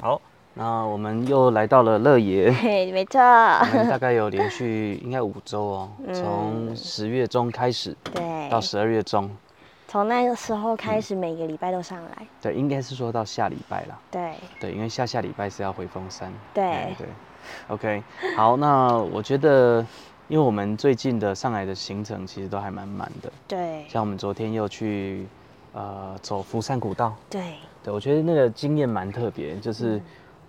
好，那我们又来到了乐 野嘿，没错，我们大概有连续应该五周哦，嗯从十月中开始对到，十二月中，从那个时候开始，每个礼拜都上来。对，应该是说到下礼拜啦，对，对，因为下下礼拜是要回峰山，对哎对，OK，好，那我觉得。因为我们最近的上来的行程其实都还蛮满的，对，像我们昨天又去，呃，走福山古道，对，对我觉得那个经验蛮特别，就是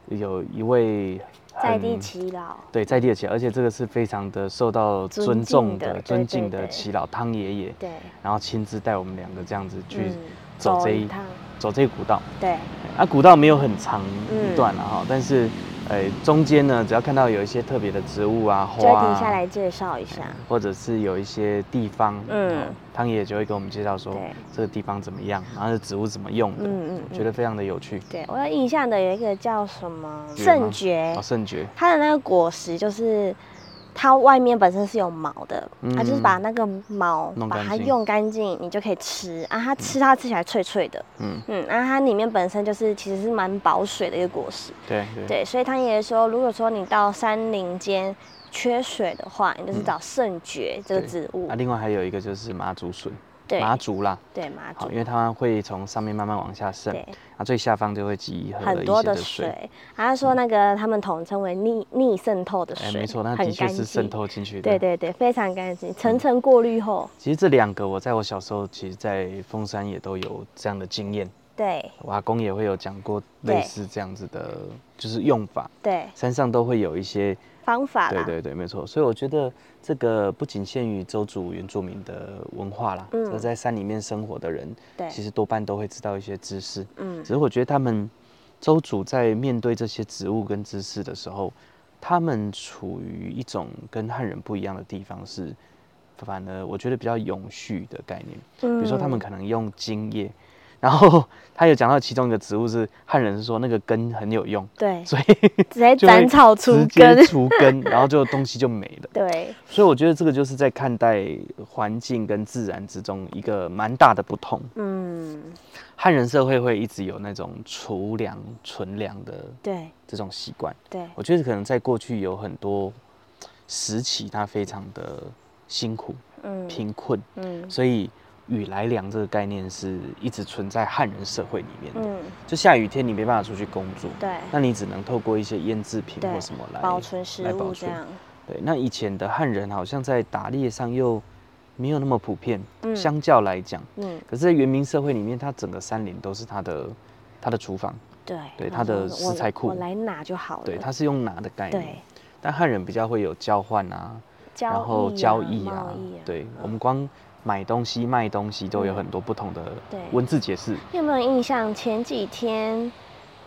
有一位嗯在地很祈老，对，在地的祈老，而且这个是非常的受到尊尊敬重的的、对尊对敬的对祈老汤爷爷，对，然后亲自带我们两个这样子去嗯走走这一一、趟走这一古道。对，啊，古道没有很长嗯一段了、哈，但是，呃，中间呢，只要看到有一些特别的植物啊、就会花停下啊，来介绍一下。或者是有一些地方，嗯嗯，汤爷爷就会给我们介绍说对这个地方怎么样，然后这植物怎么用的，嗯嗯嗯觉得非常的有趣。对我有印象的有一个叫什么觉得吗圣爵哦，，圣爵，它的那个果实就是它外面本身是有毛的，它就是嗯把那个毛弄把干它净用干净，你就可以吃啊。它吃它吃起来脆脆的，嗯，嗯，然后它里面本身就是其实是蛮保水的一个果实，对对对，所以汤爷爷说，如果说你到山林间缺水的话，你嗯就是找圣蕨这个对植物啊，，另外还有一个就是麻竹笋，对麻竹啦，对麻好，竹因，为它会从上面慢慢往下渗对，那最下方就会集合了很一多些的水。水。啊他说那个他们统称为逆逆渗透的哎，水，没错，那的很确干是渗净。透进去的。对。对对，非常干净，嗯层层过滤后，其实这两个，我在我小时候，其实，在峰山也都有这样的经验。对我阿公也会有讲过对类似这样子的，就是用法，对，山上都会有一些。方法啦。对对对，没错。所以我觉得这个不仅限于周族原住民的文化啦，嗯这在山里面生活的人，对其实多半都会知道一些知识。嗯只是我觉得他们周主在面对这些植物跟知识的时候，他们处于一种跟汉人不一样的地方是，反而我觉得比较永续的概念。比如说他们可能用茎叶，然后他有讲到其中一个植物是汉人是说那个根很有用， 对，所以直接就会斩草除直接根。除根，然后就东西就没了。对，所以我觉得这个就是在看待环境跟自然之中一个蛮大的不同。 嗯，汉人社会会一直有那种储粮、存粮的对这种习惯。对我觉得可能在过去有很多时期，它非常的辛苦、嗯贫困，嗯所以雨来粮这个概念是一直存在汉人社会里面的。嗯，就下雨天你没办法出去工作，对，那你只能透过一些腌制品对或什么来保存食来保物这存样。对，那以前的汉人好像在打猎上又没有那么普遍，嗯相较来讲，嗯，可是，在原民社会里面，它整个山林都是它的它的厨房，对。对然它的后食我材库我来拿就好了。对，它是用拿的概念对。但汉人比较会有交换啊，交易啊然后交易啊，贸易啊。对、我们光买东西、卖东西都有很多不同的对文字解释。你有没有印象？前几天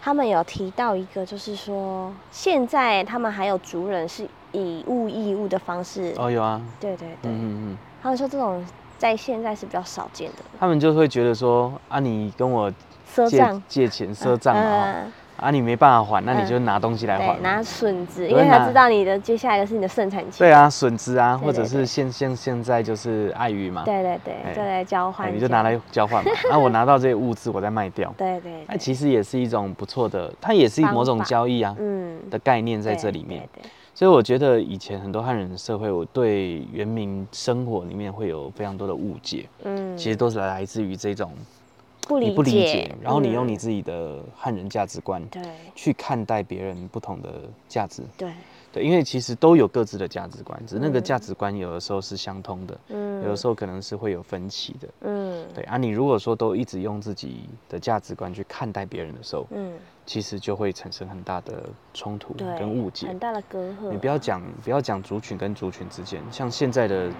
他们有提到一个，就是说现在他们还有族人是以物易物的方式。哦，有啊，对对对，嗯嗯嗯，他们说这种在现在是比较少见的。他们就会觉得说啊，你跟我赊借账。借钱赊账嘛，哦嗯啊，你没办法还，那嗯你就拿东西来还对，嘛。拿笋子，因对为他拿知道你的接下来的是你的盛产期。对啊，笋子啊，或者对对对是现现现在就是爱鱼嘛，对对对，哎再来交哎换，你就拿。来交换嘛。啊，我拿到这些物资，我再卖 掉。对对，那对其实也是一种不错的，它也是某方种法交易啊嗯，的概念在对这里面。。对对所以我觉得以前很多汉人社会，我对原民生活里面会有非常多的误解，嗯，其实都是来自于这种不你理不理解解，，然后你用你嗯自己的汉人价值观对去看待别人不同的价值。对，对，因为其实都有各自的价值观，只是那个嗯价值观有的时候是相通的，嗯，有的时候可能是会有分歧的。嗯，对啊，你如果说都一直用自己的价值观去看待别人的时候，嗯，其实就会产生很大的冲突对，跟误解很。大的隔阂啊。你不要讲不要讲族群跟族群之间，像现在的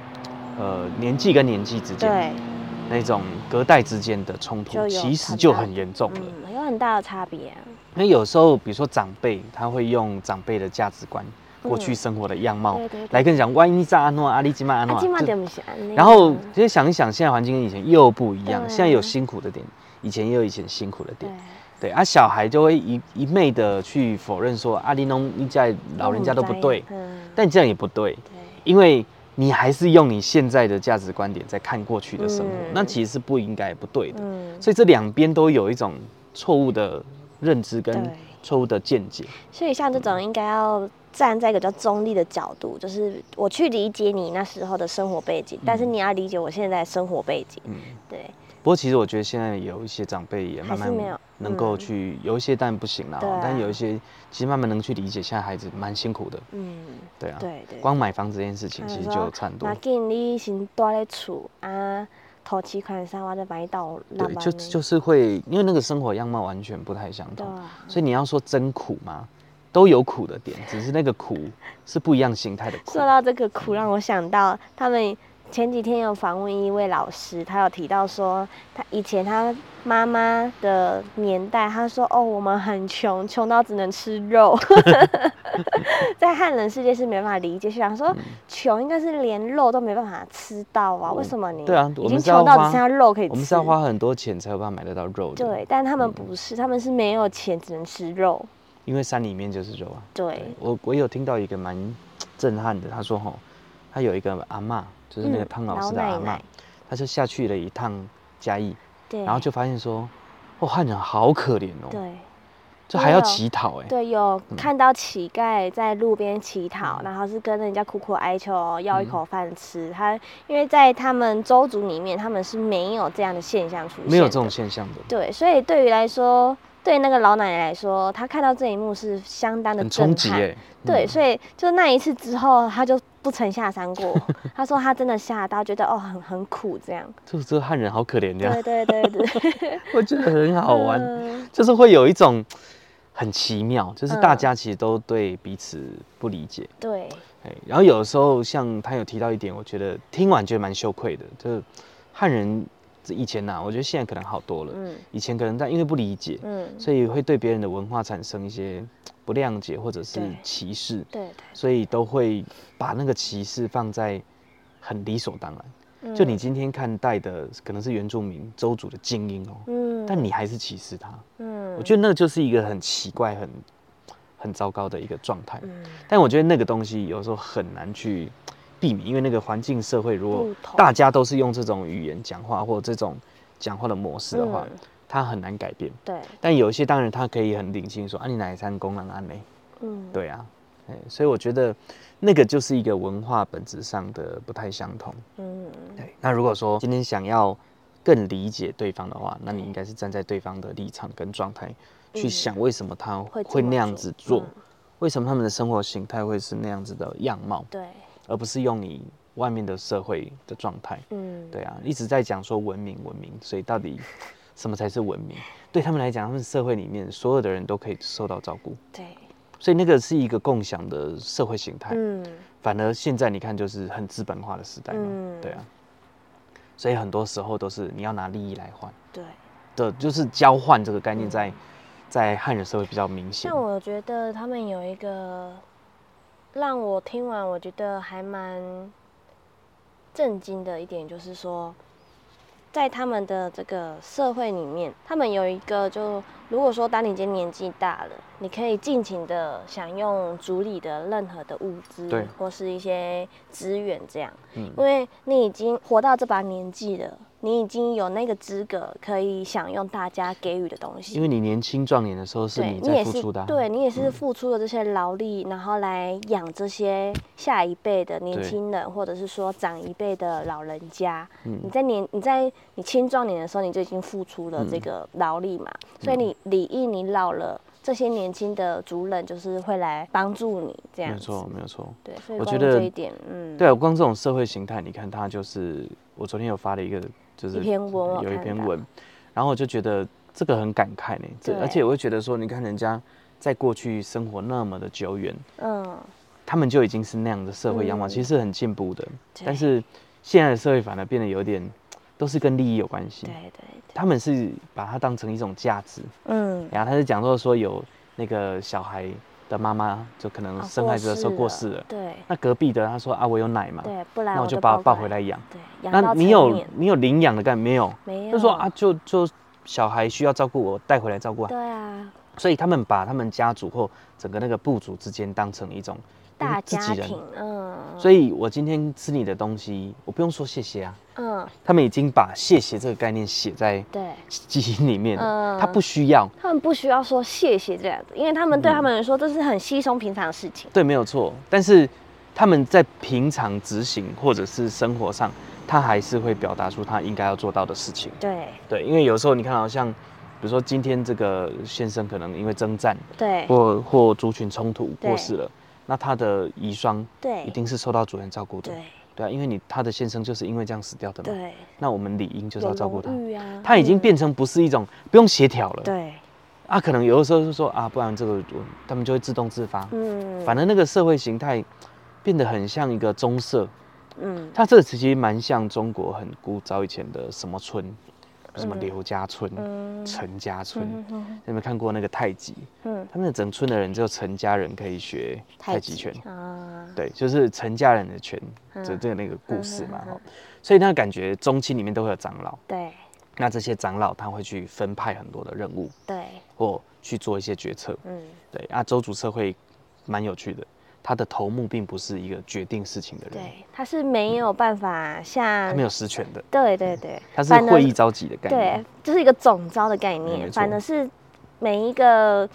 呃年纪跟年纪之间对，嗯那种隔代之间的冲就有突，其实很就大很严重了。嗯，有很大的差别啊。因为有时候比如说长辈他会用长辈的价值观过去生活的样貌，嗯对对对来跟你讲，万一炸安诺阿里吉玛安诺啊，啊，金马就点不是安内。然后其实想一想，现在环境跟以前又不一样，对现在有辛苦的点，以前也有以前辛苦的对点，对啊，小孩就会一一昧的去否认说啊阿里农一家老人家都不对，嗯，但这样也不对，对因为你还是用你现在的价值观点在看过去的生活，嗯那其实是不应该也不对的，嗯，所以这两边都有一种错误的认知跟对错误的见解，所以像这种应该要站在一个比较中立的角度，就是我去理解你那时候的生活背景，但是你要理解我现在的生活背景。嗯。对不过其实我觉得现在有一些长辈也慢还是没有慢能够嗯去，有一些但不行啦哦对啊，但有一些其实慢慢能去理解，现在孩子蛮辛苦的，嗯，对啊，对对。光买房子这件事情他其就实说就差很多那，给你先住在厝啊，头期款三万再把你到那对，就就是会因为那个生活样貌完全不太相对同，啊，所以你要说真苦嘛，都有苦的点，只是那个苦是不一样形态的苦说，到这个苦，让我想到他们前几天有访问一位老师，他有提到说，他以前他妈妈的年代，他说哦，我们很穷，穷到只能吃肉， 在汉人世界是没办法理解，就想嗯说穷应该是连肉都没办法吃到啊，我为什么你对啊已我经们是要穷到只花剩下肉可以吃，我们是要花嗯很多钱才有办法买得到肉的，对，，但他们不是，他们是没有钱只能吃肉，因为山里面就是肉啊。对对，我我有听到一个蛮震撼的，他说吼，他有一个阿嬷，就是那个嗯汤老老师的阿奶嬷，奶他就下去了一趟嘉义，对，然后就发现说，哦，汉人好可怜哦，对。就还要没有乞讨哎，对，有看到乞丐在路边乞讨，嗯然后是跟人家苦苦哀求哦要一口饭吃。他因为在他们周族里面，他们是没有这样的现象出现，没有这种。现象的，对，所以对于来说，对那个老奶奶来说，她看到这一幕是相当的很震冲击撼。哎，对，嗯所以就那一次之后，她就不曾下山过。 她说她真的吓到，觉得哦很很苦这样。这这汉人好可怜这样，对对对对，我觉得很 好玩，嗯就是会有一种很奇妙，就是大嗯家其实都对彼此不理解， 对，哎，然后有的时候像他有提到一点，我觉得听完觉得蛮羞愧的，就是汉人以前呐、我觉得现在可能好多了，嗯以前可能但因为不理解，嗯，所以会对别人的文化产生一些不谅解或者是对歧视，对所以都会把那个歧视放在很理所当然。对，就你今天看待的可能是原住民周族的精英哦，嗯，嗯，但你还是歧视他，嗯，我觉得那就是一个很奇怪、很很糟糕的一个状态。嗯。但我觉得那个东西有时候很难去避免，因为那个环境社会，如果不同大家都是用这种语言讲话或者这种讲话的模式的话，嗯它很难改变。对，但有一些当然他可以很理性说啊，你哪一三公然安美？嗯，对啊，哎，所以我觉得那个就是一个文化本质上的不太相同。嗯，对，那如果说今天想要更理解对方的话，那你应该是站在对方的立场跟状态去嗯想，为什么他会这会么那样做子做嗯，为什么他们的生活形态会是那样子的样貌，对，而不是用你外面的社会的状态。嗯，对啊，一直在讲说文明，文明，所以到底什么才是文 明？对他们来讲，他们社会里面所有的人都可以受到照顾，对，所以那个是一个共享的社会形态。嗯，反而现在你看，就是很资本化的时代嘛，嗯对啊，所以很多时候都是你要拿利益来换对。的，就是交换这个概念在、在汉人社会比较明显像。嗯我觉得他们有一个让我听完我觉得还蛮震惊的一点，就是说，在他们的这个社会里面，他们有一个就如果说当你今天年纪大了，你可以尽情的享用族里的任何的物资对或是一些资源这样，嗯因为你已经活到这把年纪了。你已经有那个资格可以享用大家给予的东西，因为你年轻壮年的时候是对你也在付是出的啊、对你也是付出了这些劳力，然后来养这些下一辈的年对轻人，或者是说长一辈的老人家。嗯你在年你在你青壮年的时候，你就已经付出了这嗯个劳力嘛，所以嗯你理应你老了，这些年轻的族人就是会来帮助你这没样有子。错，没有错。对，所以我关于觉得这一点，嗯，对啊，光这种社会形态，你看它就是我昨天有发了一个，就是一篇文我有一看篇到文，然后我就觉得这个很感慨呢。这对而且我会觉得说，你看人家在过去生活那么的久远，嗯，他们就已经是那样的社会样貌，嗯其实是很进步的。对但是现在的社会反而变得有点，都是跟利益有关系对。对对，他们是把它当成一种价值，嗯，然后他就讲到说有那个小孩的的妈妈就可能啊嗯生孩子的时候过世了，对那隔壁的他说啊我有奶嘛，对，不然那我就就把我抱过回来养。对，养那到你成有年你有领养的干没有？没有？就说啊，就就小孩需要照顾我带回来照顾啊，对啊，所以他们把他们家族或整个那个部族之间当成一种大嗯自家己人庭，嗯，所以以我今天吃你的东西，我不用说谢谢啊，嗯，他们已经把谢谢这个概念写在对，基因里面了，嗯他不需要。他们不需要说谢谢这样子，因为他们对他嗯们来说这是很稀松平常的事情。对，没有错。但是他们在平常执行或者是生活上，他还是会表达出他应该要做到的事情。对对，因为有时候你看好像，比如说今天这个先生可能因为征战对或或族群冲突对过世了，那他的遗孀对一定是受到主人照顾的。对对啊，因为你他的先生就是因为这样死掉的嘛。对，那我们理应就是要照顾他。有荣誉啊，他已经嗯变成不是一种不用协调了。对，啊，可能有的时候就说啊，不然这个我他们就会自动自发。嗯，反正那个社会形态变得很像一个棕色，嗯它这个其实蛮像中国很古早以前的什么村，什么嗯刘家村、嗯陈家村。嗯 嗯你有没有看过那个太极？嗯他们整村的人只有陈家人可以学太极拳，啊，对，就是陈家人的拳，这嗯这个那个故事嘛嗯嗯嗯哈。所以那感觉宗亲里面都会有长老，对那这些长老他会去分派很多的任务对，或去做一些决策。嗯对啊，周主社会蛮有趣的，他的头目并不是一个决定事情的人，对，他是没有办法他像没有实权的，对对对，他是反而会议召集的概对念。，这是一个总招的概嗯没念，错反而是每一个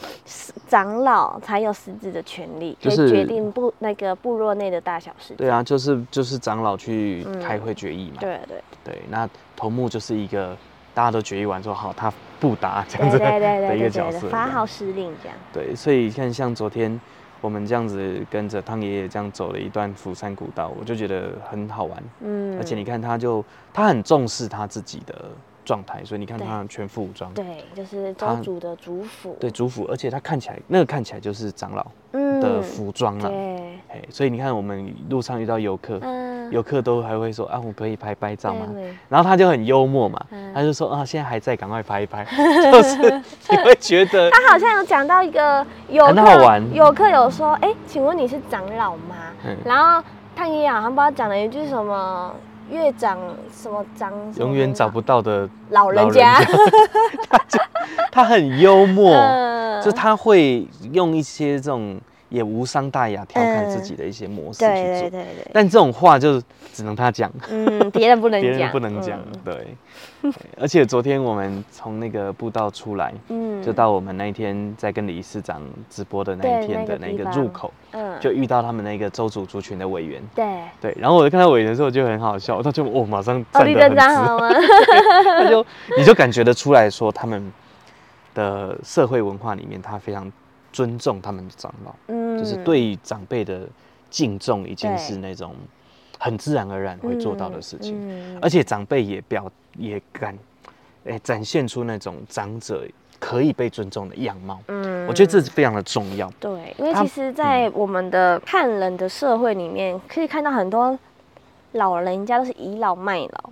长老才有实质的权利，就可以是决定部那个部落内的大小事。对啊，就是就是长老去开嗯会决议嘛。对 对对，那头目就是一个大家都决议完说好，他不打这样对对子对的对一个对角对色对，这发号样。施令这样。对，所以看像昨天我们这样子跟着汤爷爷这样走了一段釜山古道，我就觉得很好玩。嗯，而且你看，他就他很重视他自己的状态，所以你看对他全副武装。对，就是他周主的主府，对，族服，而且他看起来那个看起来就是长老嗯的服装啦、对，哎、所以你看我们路上遇到游客，嗯，游客都还会说啊，我可以拍拍照对吗？没然后他就很幽默嘛，嗯他就说啊，现在还在，赶快拍一 拍，就是你会觉得他好像有讲到一个游很哎好玩客，游客有说，哎、请问你是长老吗？嗯然后汤爷爷好像不知道讲了一句什么，越长什么长什么永远找不到的老人家，老人他很幽 默，嗯就他会用一些这种也无伤大雅调侃自己的一些模式去做。嗯对对对对，但这种话就只能他讲，嗯，别人不能别讲，人不能讲。嗯对，对而且昨天我们从那个步道出来，嗯就到我们那一天在跟李市长直播的那对一天那的个那地个方入口，嗯就遇到他们那个州族族群的委员。对，对，然后我就看到委员的时候，我就很好笑，他就哦，马上哦，站立得正很站好直， 吗？ 他就你就感觉得出来说他们的社会文化里面，他非常尊重他们的长老，嗯，就是对长辈的敬重已经对是那种很自然而然会做到的事情。嗯嗯而且长辈也表也敢，诶、展现出那种长者可以被尊重的样貌。嗯我觉得这是非常的重要。对，因为他其实，在我们的看人的社会里面，可以看到很多老人家都是倚老卖老，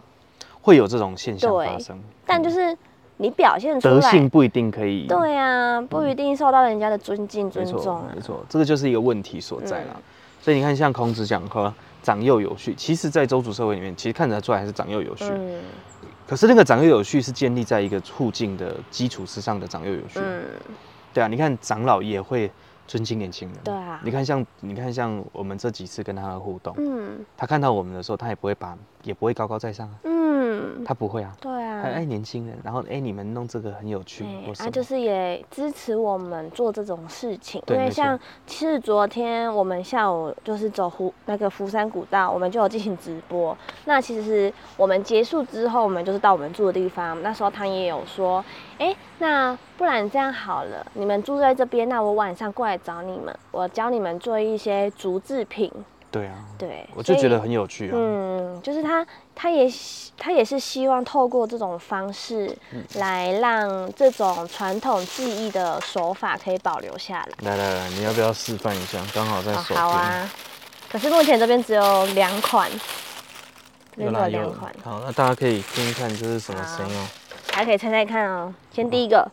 会有这种现象发对生，嗯但就是你表现出德来，性不一定可以。对啊，不一定受到人家的尊敬没尊重错啊嗯没。错，这个就是一个问题所在啦。所以你看，像孔子讲和长幼有序，其实在周族社会里面，其实看得出来还是长幼有序。嗯可是那个长幼有序是建立在一个促进的基础之上的长幼有序。嗯，对啊，你看长老也会尊敬年轻人。对啊你看像你看像我们这几次跟他的互动，嗯他看到我们的时候，他也不会把也不会高高在上啊，嗯，他不会啊。对他哎啊。年轻人，然后哎你们弄这个很有趣，哎或什啊，么就是也支持我们做这种事情，对因为没错像其实昨天我们下午就是走湖那个福山古道，我们就有进行直播。那其实我们结束之后，我们就是到我们住的地方。那时候汤也有说，哎、那不然这样好了，你们住在这边，那我晚上过来找你们，我教你们做一些竹制品。对啊，对，我就所以觉得很有趣啊。嗯，就是他，他也希他也是希望透过这种方式，嗯来让这种传统技艺的手法可以保留下来。来来来，你要不要示范一下？刚好在哦手好边。啊。可是目前这边只有两款，这有边只啦有有两啦款，好，那大家可以听听看这是什么声音哦。大家可以猜猜看哦。先第一个，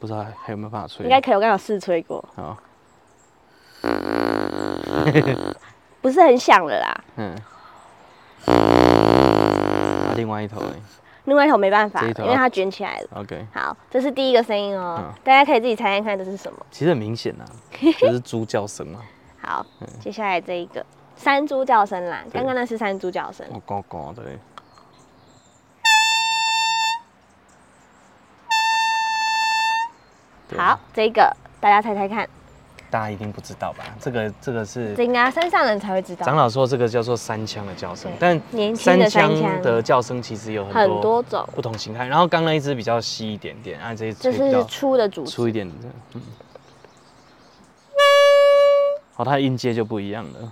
不知道还有没有办法吹？ 应该可以，我刚刚有试吹过。好。不是很响了啦。嗯，啊，另外一头哎、另外一头没办法，这一头因为它卷起来了。 o k 好，这是第一个声音哦、嗯大家可以自己猜猜看这是什么。其实很明显 呐、就是猪叫声啊嘛，好，接下来这一个山猪叫声啦，嗯对刚刚那是山猪叫声。我呱呱的、欸。对好，，这个大家猜猜看，大家一定不知道吧？这个这个是这应该山上人才会知长道。老说这个叫做三腔的叫声对，但年轻的三腔腔的叫声其实有很很多多种不同形态。然后刚那一只比较细一点点，啊，这一只这比是较粗的竹粗子，一点的，嗯。好，它的音阶就不一样了。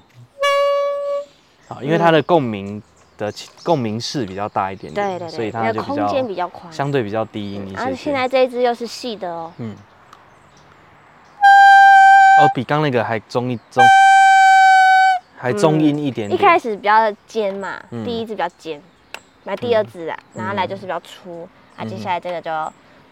好，因为它的共鸣的起共鸣室比较大一点点，嗯对对所以对，它那就个比空间比较较宽。相对比较低音一然后些现些。在这一只又是细的哦、嗯。哦，比刚那个还中一中，还中音一点嗯一点。开始比较尖嘛，嗯第一只比较尖，那第二只啊，然后来就是比较粗，啊，嗯接下来这个就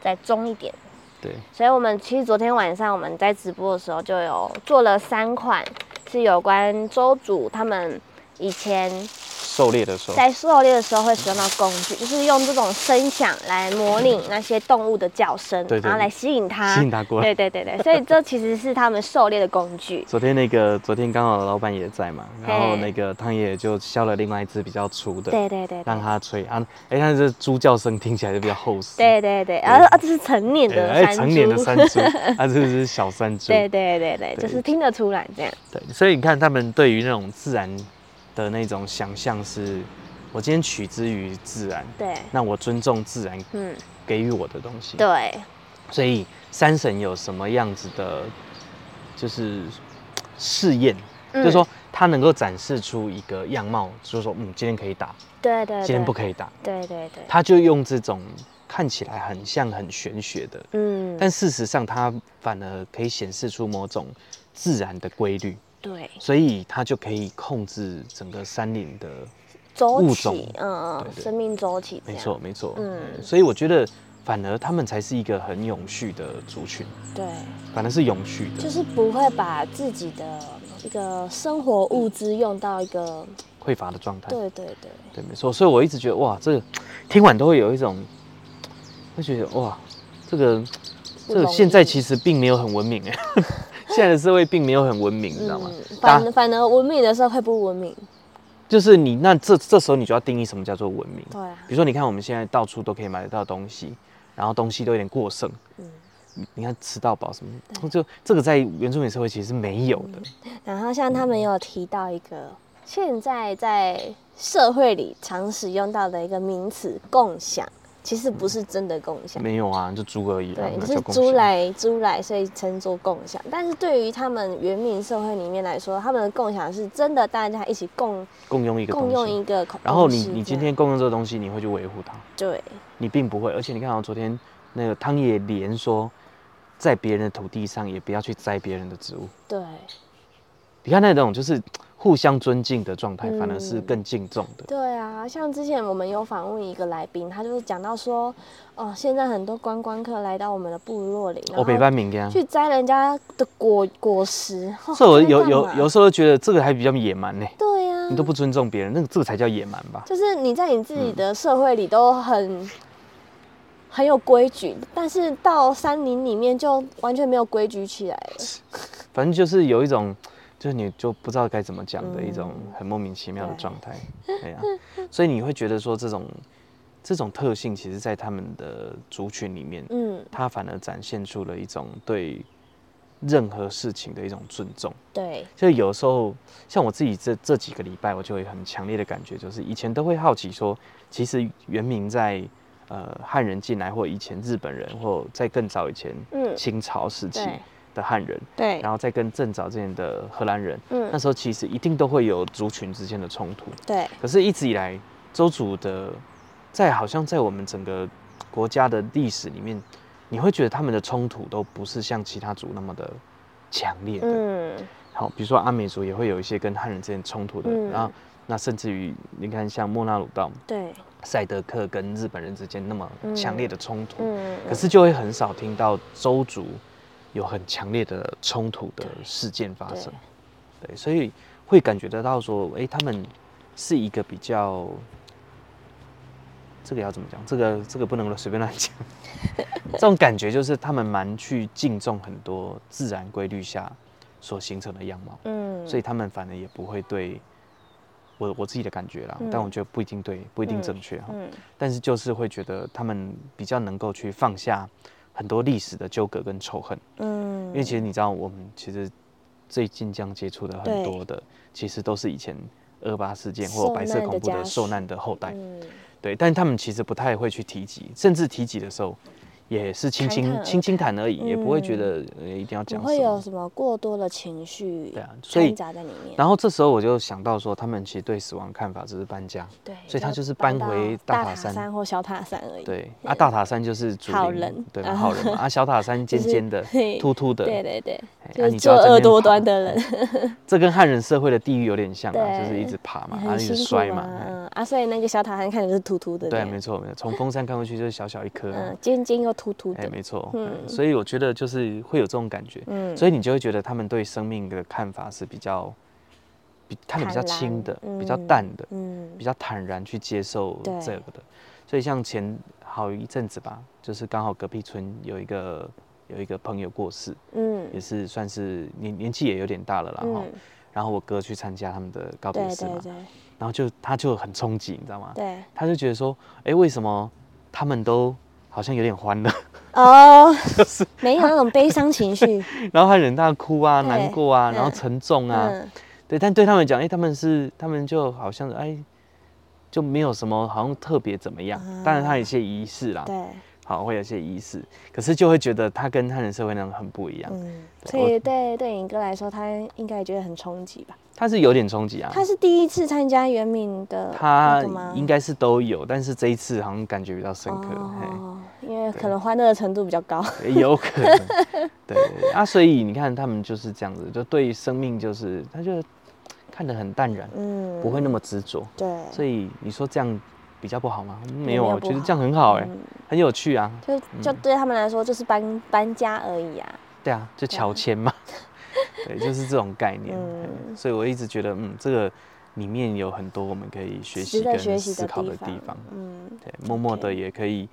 再中一点。对，所以我们其实昨天晚上我们在直播的时候就有做了三款，是有关周主他们以前狩猎的时候。在狩猎的时候会使用到工具，就是用这种声响来模拟那些动物的叫声，嗯对对然后来吸引它。吸引它过来对对对对，所以这其实是他们狩猎的工 具。昨天那个，昨天刚好老板也在嘛，然后嘿那个汤爷就削了另外一只比较粗的，对对对对让它吹啊。哎、它这猪叫声听起来就比较厚实。对对对，然后啊，这是成年对，的哎、山成年的猪山 猪，啊，这是小山猪。对对对对，就对是听得出来这样。对，所以你看他们对于那种自然的那种想象是，我今天取之于自然，对，那我尊重自然嗯，给予我的东西。，对，所以山神有什么样子的，就是试验，嗯就是说它能够展示出一个样貌，就是说，嗯，今天可以打，对对，今天对不可以打，对对对，他就用这种看起来很像很玄学的，嗯，但事实上它反而可以显示出某种自然的规律。对，所以它就可以控制整个山林的，周物期种，嗯对嗯，对生命周期，没错，没错，嗯嗯，所以我觉得反而他们才是一个很永续的族群，对，反而是永续就的，是不会把自己的一个生活物资用到一个，匮乏的状态，对对对，对，没错，所以我一直觉得哇，这个听完都会有一种，会觉得哇，这个不这个容现在易其实并没有很文明哎， 现在的社会并没有很文明，你知道吗嗯？大反反而文明的社会不文明，就是你那这这时候你就要定义什么叫做文明，对啊比，如说，你看我们现在到处都可以买得到东西，然后东西都有点过剩。嗯你你看吃到饱什么，就这个在原住民社会其实是没有的。然后像他们有提到一个现在在社会里常使用到的一个名词“共享”，其实不是真的共享，没有啊，就猪而已、啊，对，那就叫是贡租献。来租来，所以称作共享。但是对于他们原民社会里面来说，他们的共享是真的大家一起共共用一个共东用西。一个空，然后东你西你这今样天共用这个东西，你会去维护它，对你并不会。而且你看到昨天那个汤野连说，在别人的土地上也不要去摘别人的植物。对你看那种就是互相尊敬的状态，反而是嗯更敬重的。对啊，像之前我们有访问一个来宾，他就是讲到说，哦，现在很多观光客来到我们的部落里，哦我北然后半民间，去摘人家的果果实，哦所以我 在有干有嘛有时候觉得这个还比较野蛮呢、对呀、你都不尊重别人，那个这个才叫野蛮吧？就是你在你自己嗯的社会里都很、很有规矩，但是到山林里面就完全没有规矩起来了。反正就是有一种，就是你就不知道该怎么讲的嗯一种很莫名其妙的对状 态，对呀、所以你会觉得说这种这种特性，其实在他们的族群里面，嗯，它反而展现出了一种对任何事情的一种尊重。对，就有时候，像我自己这这几个礼拜，我就有很强烈的感觉，就是以前都会好奇说，其实原民在呃汉人进来，或以前日本人，或在更早以前嗯清朝时期对的汉人，对然后再跟更早之前的荷兰人，嗯那时候其实一定都会有族群之间的冲突。对，可是，一直以来，周族的在好像在我们整个国家的历史里面，你会觉得他们的冲突都不是像其他族那么的强烈的。嗯，好，比如说阿美族也会有一些跟汉人之间冲突的，嗯然后那甚至于你看像莫纳鲁道、对，赛德克跟日本人之间那么强烈的冲突，嗯，可是就会很少听到周族有很强烈的冲突的事件发生对。对，所以会感觉得到说，诶，他们是一个比较，这个要怎么讲？这个这个不能随便乱讲。 这种感觉就是他们蛮去敬重很多自然规律下所形成的样貌，嗯，所以他们反而也不会对我我自己的感觉啦，嗯但我觉得不一定对，不一定嗯正确哈。嗯但是就是会觉得他们比较能够去放下很多历史的纠葛跟仇恨，嗯，因为其实你知道，我们其实最近这样接触的很对多的，其实都是以前二八事件或受白色难的恐怖的家受属难的后代，嗯对，但他们其实不太会去提及，甚至提及的时候，也是轻侃侃轻而轻轻谈而已，也不会觉嗯得呃一定要不讲会什有么。什么过多的情绪对啊所以掺杂在里面。然后这时候我就想到说，他们其实对死亡看法只是搬家，对，所以他就是搬到回大大塔山山或小塔山而已。对啊，大塔山就是主好灵人对 啊嘛，好人嘛啊，小塔山尖就是尖的、 嘿突突的，对对对，哎就啊是你作要在那恶边哎多爬端的人，这跟汉人社会的地狱有点像啊，就是对一直爬嘛，很啊，一直辛苦摔嘛，啊哎嗯啊，所以那个小塔山看起来是凸凸的这对，啊样，没错，没错，从峰山看过去就是小小一颗啊，嗯，尖尖又凸凸哎、的，没错、嗯嗯，所以我觉得就是会有这种感觉，嗯，所以以你就会觉得他们对生命的看法是比较，比看得比较轻的，比较淡的，嗯比较坦然去接受对这个的。所以像前好一阵子吧，就是刚好隔壁村有一个有一个朋友过世，也嗯是算是年年纪也有点大了啦哈、嗯，然后我哥去参加他们的告别对式嘛对，对然后就他就很冲击，你知道吗？对，他就觉得说，哎、为什么他们都好像有点欢乐？ 哦，没有那种悲伤情 绪，然后他人大哭啊、对难过啊，嗯然后沉重啊，嗯，对。但对他们讲，哎、他们是他们就好像哎，就没有什么好像特别怎么样。啊当然，他有一些仪式啦，对，好会有一些仪式，可是就会觉得他跟汉人社会那种很不一样。嗯，对所我以对对尹哥来说，他应该也觉得很冲击吧？他是有点冲击啊，他是第一次参加原敏的他那个吗应该是都有，但是这一次好像感觉比较深刻，哦，因为可能欢乐的程度比较高，嘿，也有可能。对啊，所以你看他们就是这样子，就对生命就是他就看得很淡然，嗯，不会那么执着。对，所以你说这样比较不好吗？没没有啊，有不我觉得好这样很好哎、嗯很有趣啊。就就对他们来说就是搬搬家而已啊，对啊，就乔迁嘛， 对，就是这种概念。嗯所以我一直觉得，嗯，这个里面有很多我们可以学习值得学跟习思的考的地地方方。，嗯，对，默默的 OK 也可以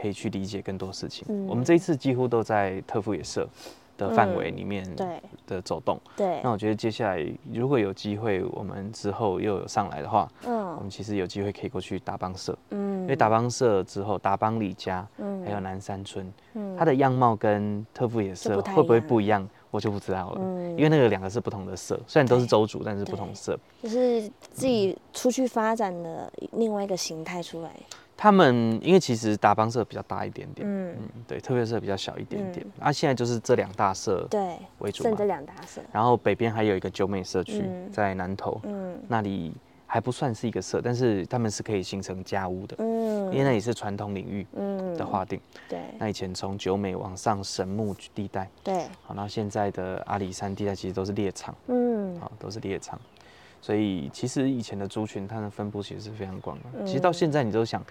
可以去理解更多事情。嗯我们这一次几乎都在特富野社的范围嗯里面对的走动。对那，我觉得接下来如果有机会，我们之后又有上来的话，我嗯们其实有机会可以过去达邦社。嗯，因为达邦社之后，达邦里家嗯还有南山村，嗯它的样貌跟特富野是社不太会不会一样不一样，我就不知道了。嗯因为那个两个是不同的社，虽然都是对州主，但是不同对社。就是自己嗯出去发展的另外一个形态出来，他们因为其实达邦社比较大一点点，嗯嗯，对，特别社比较小一点点。那、现在就是这两大社对，为主剩嘛这，两大社，然后北边还有一个九美社区、嗯在南投，嗯那里还不算是一个社，但是他们是可以形成家屋的，嗯，因为那里是传统领域嗯的划定。对那以前从九美往上神木地带，对，好，那现在的阿里山地带其实都是猎场，嗯好，都是猎场，所以其实以前的族群它的分布其实是非常广的。嗯其实到现在你都想，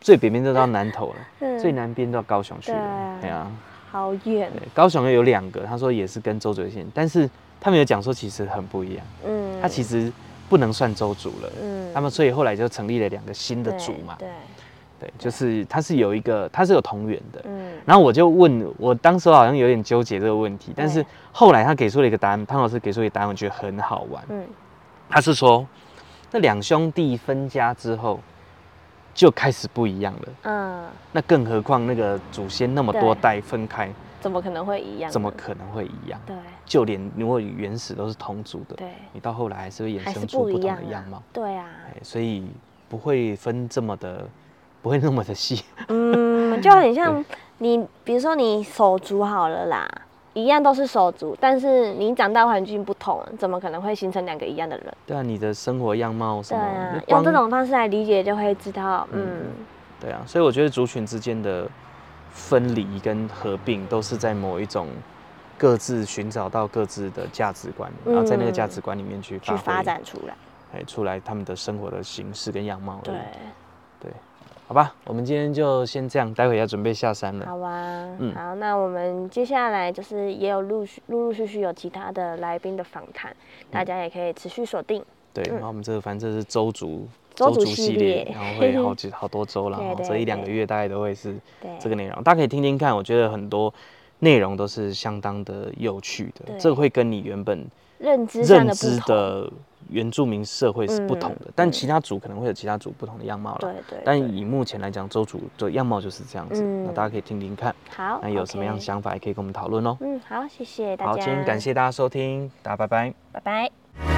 最北边都到南投了，嗯最南边到高雄去对了啊。对啊，好远，对，高雄有两个，他说也是跟周嘴县，但是他们有讲说其实很不一样，嗯，他其实不能算州族了。嗯他们所以后来就成立了两个新的对族嘛，对，对，就是它是有一个，它是有同源的，嗯然后我就问，我当时好像有点纠结这个问题，但是对后来他给出了一个答案，汤老师给出一个答案，我觉得很好玩。嗯，他是说，那两兄弟分家之后就开始不一样了，嗯，那更何况那个祖先那么多对代分开，怎么可能会一样呢？怎么可能会一样？对就连如果原始都是同族的，对，你到后来还是会还衍是生出不不一同样的啊样貌，对啊哎，所以不会分这么的，不会那么的细。 嗯，就很像你，比如说你手足好了啦，一样都是手足，但是你长大环境不同，怎么可能会形成两个一样的人？对啊，你的生活样貌什对么，啊就，用光这种方式来理解就会知道，嗯嗯，对啊，所以我觉得族群之间的分离跟合并，都是在某一种各自寻找到各自的价值观，然后在那个价嗯值观里面去发去挥发，展出来。哎，出来他们的生活的形式跟样貌而已。对，对好吧，我们今天就先这样，待会要准备下山了。好啊，嗯好，那我们接下来就是也有陆续陆陆续续有其他的来宾的访谈，大家也可以持续锁定。对，然后我们这个反正这是周族周族族系系列 然后会好几好多周了，对然后对这一两对个月大概都会是对，这个内容，大家可以听听看，我觉得很多内容都是相当的有趣对的，这个会跟你原本认知上认的知不同，嗯的原住民社会是不同的，但其他组可能会有其他组不同的样貌了。对对但对以目前来讲，周组的样貌就是这样子，嗯那大家可以听听看，好，那有什么样的 OK 嗯想法也可以跟我们讨论哦。嗯，好，谢谢大家，好，今天感，谢大家收听，大家拜拜。拜拜。